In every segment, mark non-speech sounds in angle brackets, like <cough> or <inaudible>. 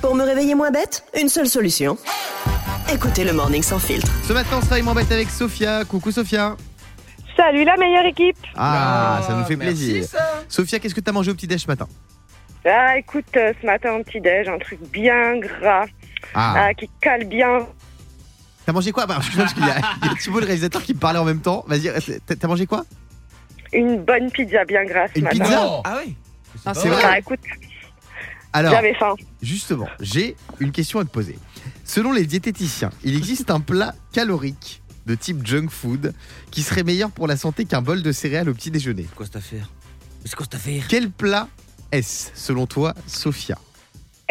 Pour me réveiller moins bête, une seule solution. Écoutez le Morning Sans Filtre. Ce matin, on sera et bête avec Sophia. Coucou Sophia. Salut la meilleure équipe Ah, ça nous fait merci, plaisir. ça. Sophia, qu'est-ce que t'as mangé au petit déj ce matin Ah écoute, euh, ce matin un petit déj, un truc bien gras, Ah, ah, qui cale bien. t'as mangé quoi bah, excuse-moi, parce qu'il y a, il y a Thibaut, le réalisateur, qui me parlait en même temps. Vas-y, t'as- t'as mangé quoi Une bonne pizza bien grasse ce Une matin. pizza Non. Ah oui Ah, Oh pas c'est vrai. vrai Ah écoute, Alors, j'avais faim. justement, j'ai une question à te poser. Selon les diététiciens, il existe un plat calorique de type junk food qui serait meilleur pour la santé qu'un bol de céréales au petit déjeuner. Quoi cette affaire Mais c'est quoi cette affaire Quel plat est-ce, selon toi, Sophia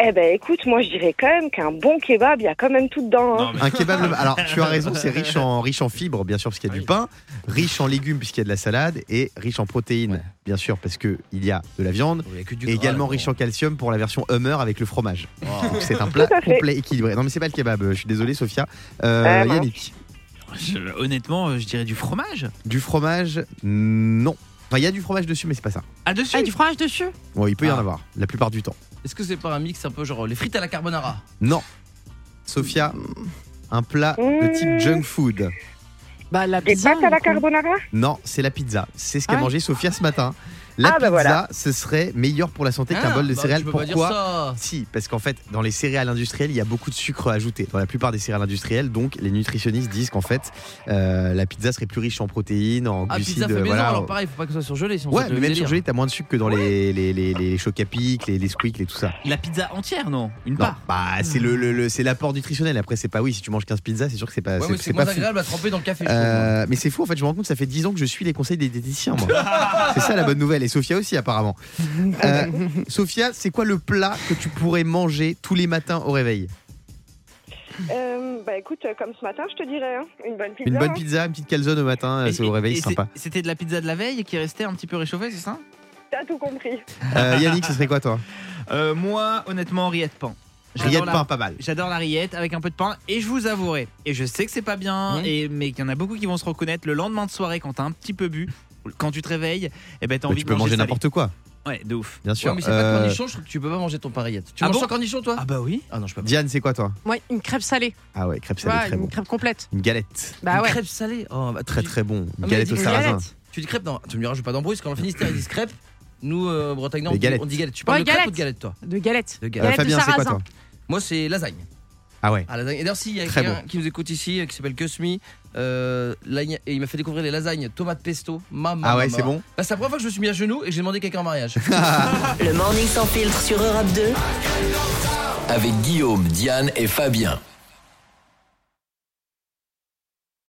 Eh ben écoute, moi je dirais quand même qu'un bon kebab, il y a quand même tout dedans. hein. Non, mais- Un kebab. le- Alors, tu as raison, c'est riche en, riche en fibres, bien sûr, parce Ah qu'il y a du Oui. pain, riche en légumes, puisqu'il y a de la salade, et riche en protéines, Ouais. bien sûr, parce qu'il y a de la viande, Il y a que du et gras, Oh. également là-dedans. riche en calcium pour la version Hummer avec le fromage. Wow. Donc, c'est un plat Tout à fait. complet équilibré. Non, mais c'est pas le kebab, euh, je suis désolé, Sophia. Euh, Ah, mince. Yannick, Je- honnêtement, euh, je dirais du fromage. du fromage, mm, non. Enfin, il y a du fromage dessus, mais c'est pas ça. Ah, dessus Ah, du fromage dessus Bon, il peut y en Ah. avoir, la plupart du temps. Est-ce que c'est pas un mix un peu genre les frites à la carbonara Non. Sophia, Mm. un plat de type Mmh. junk food. Bah la Des pâtes à la carbonara Non, c'est la pizza. C'est ce Ah qu'a ouais mangé Sophia ce matin. La Ah bah pizza, voilà. ce serait meilleur pour la santé Hein qu'un bol de céréales. Ah, Bah peux Pourquoi pas dire ça. Si, parce qu'en fait, dans les céréales industrielles, il y a beaucoup de sucre ajouté. Dans la plupart des céréales industrielles, donc les nutritionnistes disent qu'en fait, euh, la pizza serait plus riche en protéines, en Ah, glucides. pizza fait maison, voilà. alors pareil, faut pas que ce soit surgelé. Sinon ouais, ça te mais même délire. surgelé, t'as moins de sucre que dans les, les, les, les chocs à pic, les, les squiggles et tout ça. La pizza entière, non Une Non, part. bah c'est le, le- le- c'est l'apport nutritionnel. Après, c'est pas oui, si tu manges 15 pizzas, c'est sûr que c'est pas, Ouais, c'est, mais c'est c'est pas moins fou. agréable à tremper dans le café. je trouve. Euh, mais c'est fou, en fait, je me rends compte, ça fait 10 ans que je suis les conseils des diététiciens, moi. <laughs> c'est ça la bonne nouvelle, et Sophia aussi, apparemment. Euh, Sophia, c'est quoi le plat que tu pourrais manger tous les matins au réveil Euh, Bah écoute, euh, comme ce matin, je te dirais, hein, une bonne pizza. Une bonne hein. pizza, une petite calzone au matin, euh, Et- c'est au réveil, et c'est sympa. c'est- C'était de la pizza de la veille qui restait un petit peu réchauffée, c'est ça T'as tout compris. Euh, Yannick, ce serait quoi, toi Euh, Moi, honnêtement, rillette pain. J'adore Rillette la- pain, pas mal. J'adore la rillette avec un peu de pain et je vous avouerai, et je sais que c'est pas bien, Mhm. et, mais qu'il y en a beaucoup qui vont se reconnaître le lendemain de soirée quand t'as un petit peu bu, quand tu te réveilles, et ben t'as Bah, envie tu de peux manger salé. n'importe quoi, Ouais, de ouf. bien sûr. Ouais, mais c'est pas Euh, de cornichon, je trouve que tu peux pas manger ton parillette. Tu Ah manges bon sans cornichon toi Ah bah oui. Ah non, je peux pas. Diane, c'est quoi, toi Ouais, une crêpe salée. Ah ouais, crêpe Tu salée, vois, très une bon. crêpe complète. Une galette, Bah Une ouais. crêpe salée. Oh, bah, tu très dis- très bon. Une mais galette dis au une sarrasin. Euh, galette. Tu dis crêpe Non, tu me diras, je veux pas d'embrouille parce qu'en Finistère ils disent crêpe. Nous, euh, Bretagne, on, Des dit- galettes. on dit galette. Tu parles Ouais, de crêpe galette. ou de galette toi De galette. De Euh, galette. de Fabien, c'est quoi, toi sarrasin. Moi, c'est lasagne. Ah ouais. Ah, lasagne. Et d'ailleurs, s'il y a Très quelqu'un qui nous écoute ici, euh, qui s'appelle Cusmi, euh, lagne- et il m'a fait découvrir les lasagnes tomate pesto, maman. Ah ouais, c'est bon Bah, c'est la première fois que je me suis mis à genoux et que j'ai demandé quelqu'un en mariage. Le Morning Sans Filtre sur Europe 2. Avec Guillaume, Diane et Fabien.